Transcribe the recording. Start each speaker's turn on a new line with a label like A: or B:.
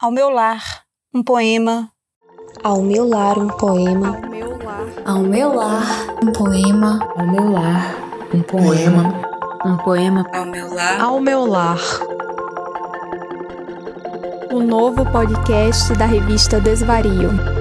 A: Ao meu lar, um poema.
B: Ao meu lar, um poema.
C: Ao meu lar, um poema.
D: Ao meu lar, um poema.
C: Um poema.
E: Ao meu lar.
F: Ao meu lar.
G: O novo podcast da revista Desvario.